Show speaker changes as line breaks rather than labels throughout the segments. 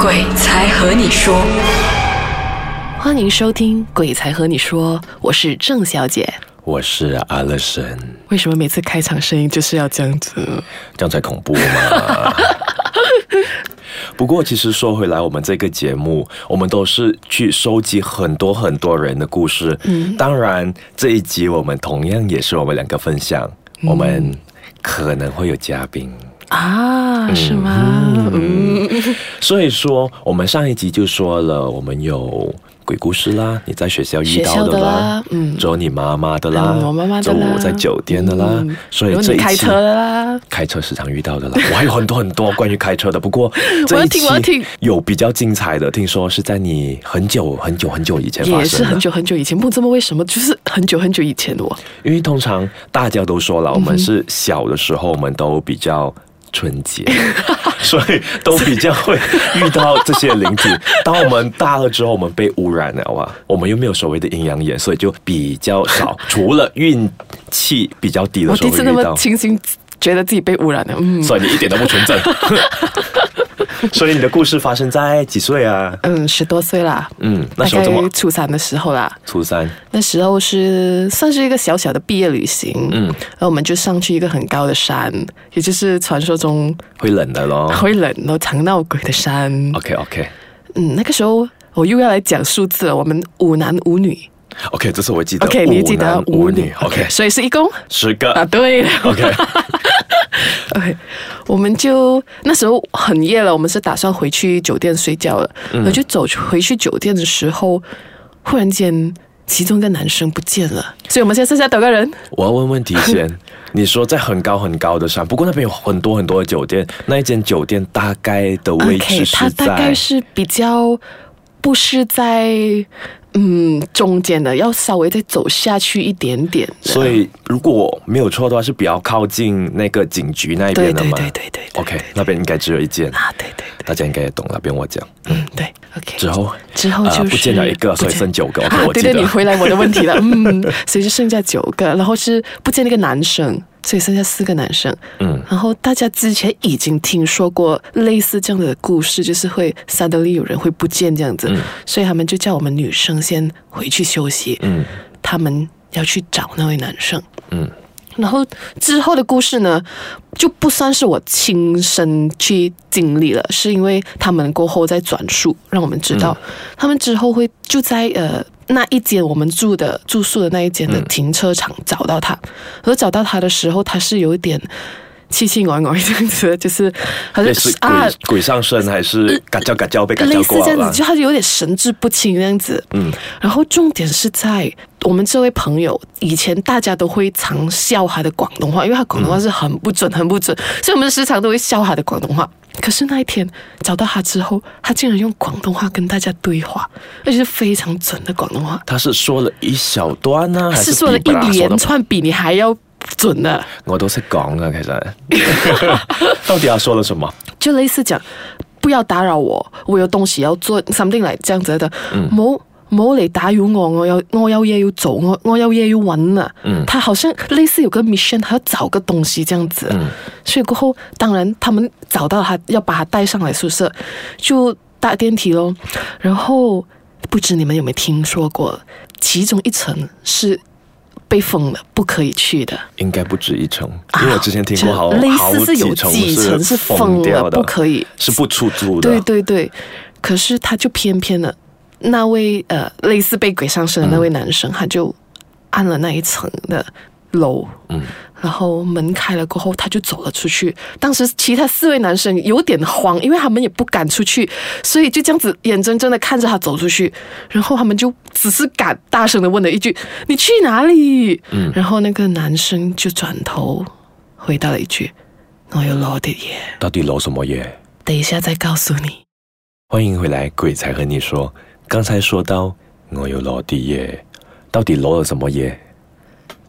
鬼才和你说，
欢迎收听《鬼才和你说》，我是郑小姐。
我是阿乐神，
为什么每次开场声音就是要这样子？
这样才恐怖嘛。 不过，其实说回来，我们这个节目，我们都是去收集很多很多人的故事。嗯，当然这一集我们同样也是我们两个分享，
嗯
我们可能会有嘉宾。
啊，是吗？嗯，
所以说，我们上一集就说了，我们有鬼故事啦，你在学校遇到
学校的
的
啦
啦，
嗯
只有你妈妈的啦，
嗯我妈妈的
只有
啦
我在酒店的啦，
嗯
所以
有你
这一期
开车的啦，
开车时常遇到的啦， 我还有很多很多关于开车的，不过
我
这
要
一
听
期
我要听
有比较精彩的，听说是在你很久很久很久以前发
也是
生
很
的，
久很久以前，不知道为什么，就是很久很久以前的我。
因为通常大家都说了，我们是小的时候，我们都比较。纯洁，所以都比较会遇到这些灵体。当我们大了之后，我们被污染了啊，我们又没有所谓的阴阳眼，所以就比较少。 除了运气比较低的
我
时
第
候
一次那
会遇
么
到，
清醒，觉得自己被污染了。 嗯
所以你一点都不纯 正。所以你的故事发生在几岁啊？
嗯，十多岁啦，
嗯，那
大
时候怎
概
么？
初三的时候啦。
初三，
那时候是算是一个小小的毕业旅行，嗯，然后我们就上去一个很高的山，也就是传说中
会冷的咯。
会冷然后常闹鬼的山。
OK OK
嗯，那个时候我又要来讲数字了，我们五男五女
OK，这是我记得。
，OK，你记得
男
五
五
女
女，OK，
所以是一共
十
啊，
个
对了
OK，
，OK，我们就那时候很夜了，我们是打算回去酒店睡觉了，
嗯
我就走回去酒店的时候，忽然间其中一个男生不见了，所以我们现在剩下多个人？
我要问问题先。你说在很高很高的山，不过那边有很多很多的酒店，那一间酒店大概的位
OK，
置
它
是
大概
在
是啊比较不是在嗯中间的，要稍微再走下去一点点的。
所以如果没有错的话，是比较靠近那个警局那边的
对对
嘛。
对对对对
OK，那边应该只有一间，
啊，对对对，
大家应该也懂了，不用我讲。
嗯对，OK。
之后
之后就是、
呃不见了一个，所
不
以
见
剩九个。
啊
OK，，我
对
记
对，
得。
你回来我的问 题了，嗯，所以就剩下九个，然后是不见那个男生，所以剩下四个男生，
嗯，
然后大家之前已经听说过类似这样的故事，就是会 suddenly 有人会不见这样子，
嗯
所以他们就叫我们女生先回去休息，
嗯，
他们要去找那位男生，
嗯。
然后之后的故事呢，就不算是我亲身去经历了，是因为他们过后再转述，让我们知道、
嗯
他们之后会就在呃那一间我们住的住宿的那一
嗯
间的停车场找到他。而找到他的时候，他是有一点呃气气呆呆这样子，就是好像
类似鬼、
啊，呃
鬼上身还是嘎叫嘎叫被嘎叫
类似
过啊
这
了
样
啦
子，？就他有点神志不清这样子。嗯，然后重点是在我们这位朋友以前大家都会常笑他的广东话，因为他广东话是很不准、很不准，所以我们时常都会笑他的广东话。可是那一天找到他之后，他竟然用广东话跟大家对话，而且是非常准的广东话，
他是说了一小段呢、啊，还
是
是
说了
比
一
本来
连
的
串比你还要准的。
我都是讲啊，其实 到底他说了什么？
就类似讲不要打扰我，我有东西要做，something 嚟这樣子的，冇冇嚟打擾我，我有我有嘢要做，我我有嘢要揾啊。嗯，他好像类似有个 mission，他要找个东西这样子。嗯，所以过后，当然他们找到他，要把他带上来宿舍，就搭电梯咯。然后不知你们有没有听说过，其中一层是被封了，不可以去的。
应该不止一层，因为我之前听过好
就啊类
好
似是有
层
几层是封
封掉
了，
的，
不可以
是不出租的。
对对对，可是他就偏偏的那位呃，类似被鬼上身的那位男生，他就按了那一层的楼，嗯，然后门开了过后，他就走了出去。当时其他四位男生有点慌，因为他们也不敢出去，所以就这样子眼睁睁的看着他走出去，然后他们就只是敢大声的问了一句：“你去哪里？”嗯，然后那个男生就转头回答了一句：“我有落的耶，
到底楼什么耶？
等一下再告诉你。”
欢迎回来，鬼才和你说。刚才说到我有落地耶，到底落了什么耶？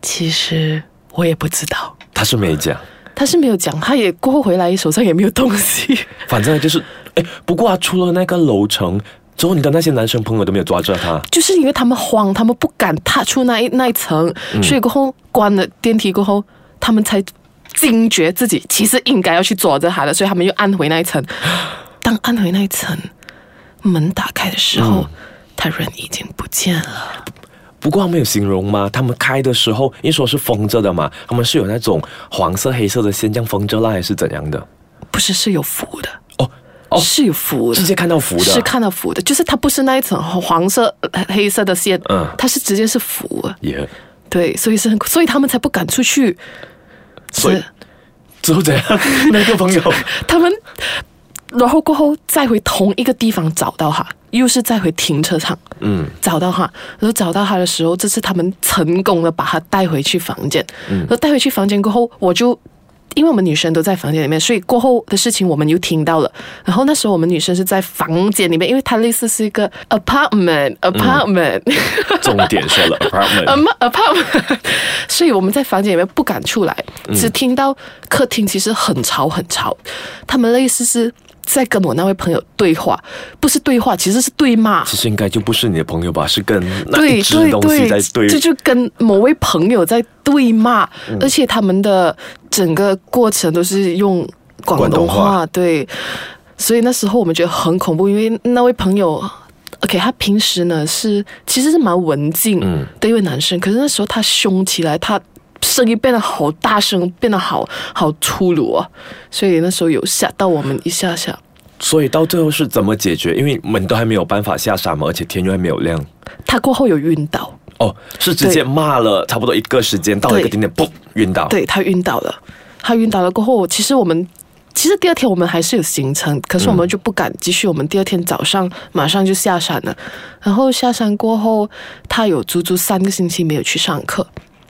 其实我也不知道，
他是没讲。
他是没有讲，他也过后回来手上也没有东西。
反正就是，哎，不过啊，除了那个楼层之后，你的那些男生朋友都没有抓着他。
就是因为他们慌，他们不敢踏出那一那一层，所以过后关了电梯过后，他们才惊觉自己其实应该要去抓着他的，所以他们又按回那一层。当按回那一层，门打开的时候，他人已经不见了。
不过他们有形容吗？他们开的时候，因为说是封着的嘛，他们是有那种黄色、黑色的线这样封着啦，还是怎样的？
不是，是有符的，
哦哦，
是有符的
直。接看到符的，
是看到符的，就是它不是那一层黄色、呃黑色的线，
嗯
它是直接是符啊，
也、
对，所以是很，所以他们才不敢出去，
所以
是
之后怎样？那个朋友，
他们，然后过后再回同一个地方找到他，又是再回停车场，
嗯，
找到他，然后找到他的时候，这次他们成功的把他带回去房间，嗯，然后带回去房间过后，我就。因为我们女生都在房间里面，所以过后的事情我们又听到了。然后那时候我们女生是在房间里面，因为它类似是一个 apartment
嗯
apartment，、
重点说了
呃
apartment，
嘛呃怕， 所以我们在房间里面不敢出来，
嗯
只听到客厅其实很吵很吵，他们类似是在跟我那位朋友对话，不是对话，其实是对骂。
其实应该就不是你的朋友吧，是跟那
对
一只
对
东西在
对，这就跟某位朋友在对骂，
嗯
而且他们的整个过程都是用广
广
东
东话
话，对，所以那时候我们觉得很恐怖，因为那位朋友，OK，他平时呢是其实是蛮文静
嗯
的一位男生，可是那时候他凶起来，他声音变得好大声，变得好好粗鲁啊，所以那时候有吓到我们一下下。
所以到最后是怎么解决？因为门都还没有办法下山嘛，而且天又还没有亮。
他过后有晕倒，
哦，是直接骂了差不多一个时间，到了一个
对
顶点，嘣，晕倒。
对他晕倒了，他晕倒了过后，其实我们其实第二天我们还是有行程，可是我们就不敢继续，我们第二天早上马上就下山了。然后下山过后，他有足足三个星期没有去上课，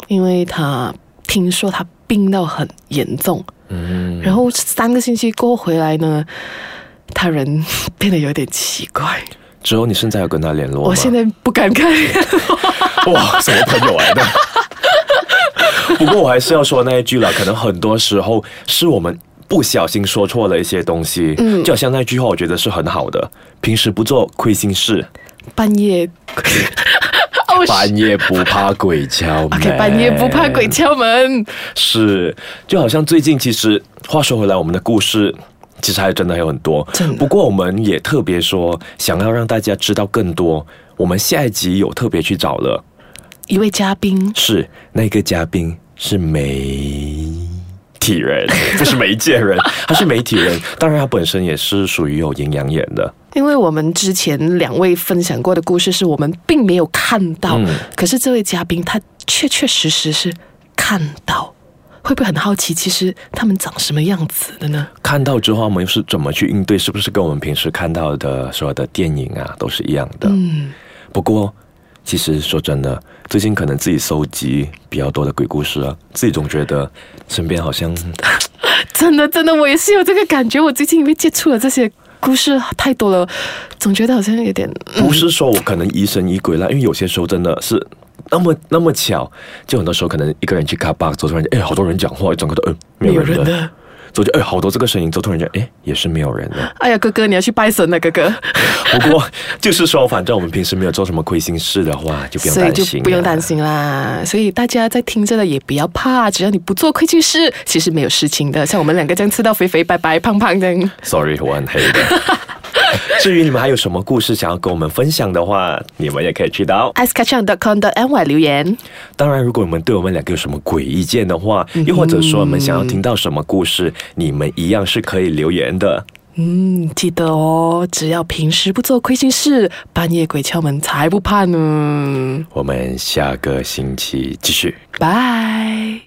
因为他听说他病到很严重。嗯，然后三个星期过后回来呢，他人变得有点奇怪。
之后你现在有跟他联络 吗？
我现在不敢看。
哇，什么朋友来的？ 不过我还是要说那一句了，可能很多时候是我们不小心说错了一些东西，嗯，就好像那句话，我觉得是很好的，平时不做亏心事，
半夜，哦，
半夜不怕鬼敲门
OK，半夜不怕鬼敲门。
是，就好像最近其实话说回来，我们的故事。其实还真的还有很多
真的，
不过我们也特别说，想要让大家知道更多。我们下一集有特别去找了，
一位嘉宾
是那个嘉宾是媒体人，不是媒介人，他是媒 体人。当然，他本身也是属于有阴阳眼的。
因为我们之前两位分享过的故事是我们并没有看到，
嗯
可是这位嘉宾他确确实实是看到，会不会很好奇？其实他们长什么样子的呢？
看到之后，我们是怎么去应对？是不是跟我们平时看到的所有的电影啊都是一样的？
嗯，
不过，其实说真的，最近可能自己收集比较多的鬼故事啊，自己总觉得身边好像
真的真的，我也是有这个感觉。我最近因为接触了这些故事太多了，总觉得好像有点
不是说我可能疑神疑鬼啦，因为有些时候真的是那么那么巧，就很多时候可能一个人去卡巴，走突然间哎好多人讲话，整个都嗯没有人的，
了。
走就哎好多这个声音，走突然间哎也是没有人的。
哎呀，哥哥，你要去拜神了，哥哥，
不过就是说，反正我们平时没有做什么亏心事的话，就不用
所以
担
就
心，啊
不用担。心啦。所以大家在听着的也不要怕，只要你不做亏心事，其实没有事情的。像我们两个这样吃到肥肥、白白、胖胖这样。
Sorry，我很黑的。 至于你们还有什么故事想要跟我们分享的话，你们也可以去到
i c e c a t c h u n c o m n y 留言。
当然，如果你们对我们两个有什么鬼意见的话，又或者说你们想要听到什么故事，你们一样是可以留言的。
嗯，记得哦，只要平时不做亏心事，半夜鬼敲门才不怕呢。
我们下个星期继续。
拜。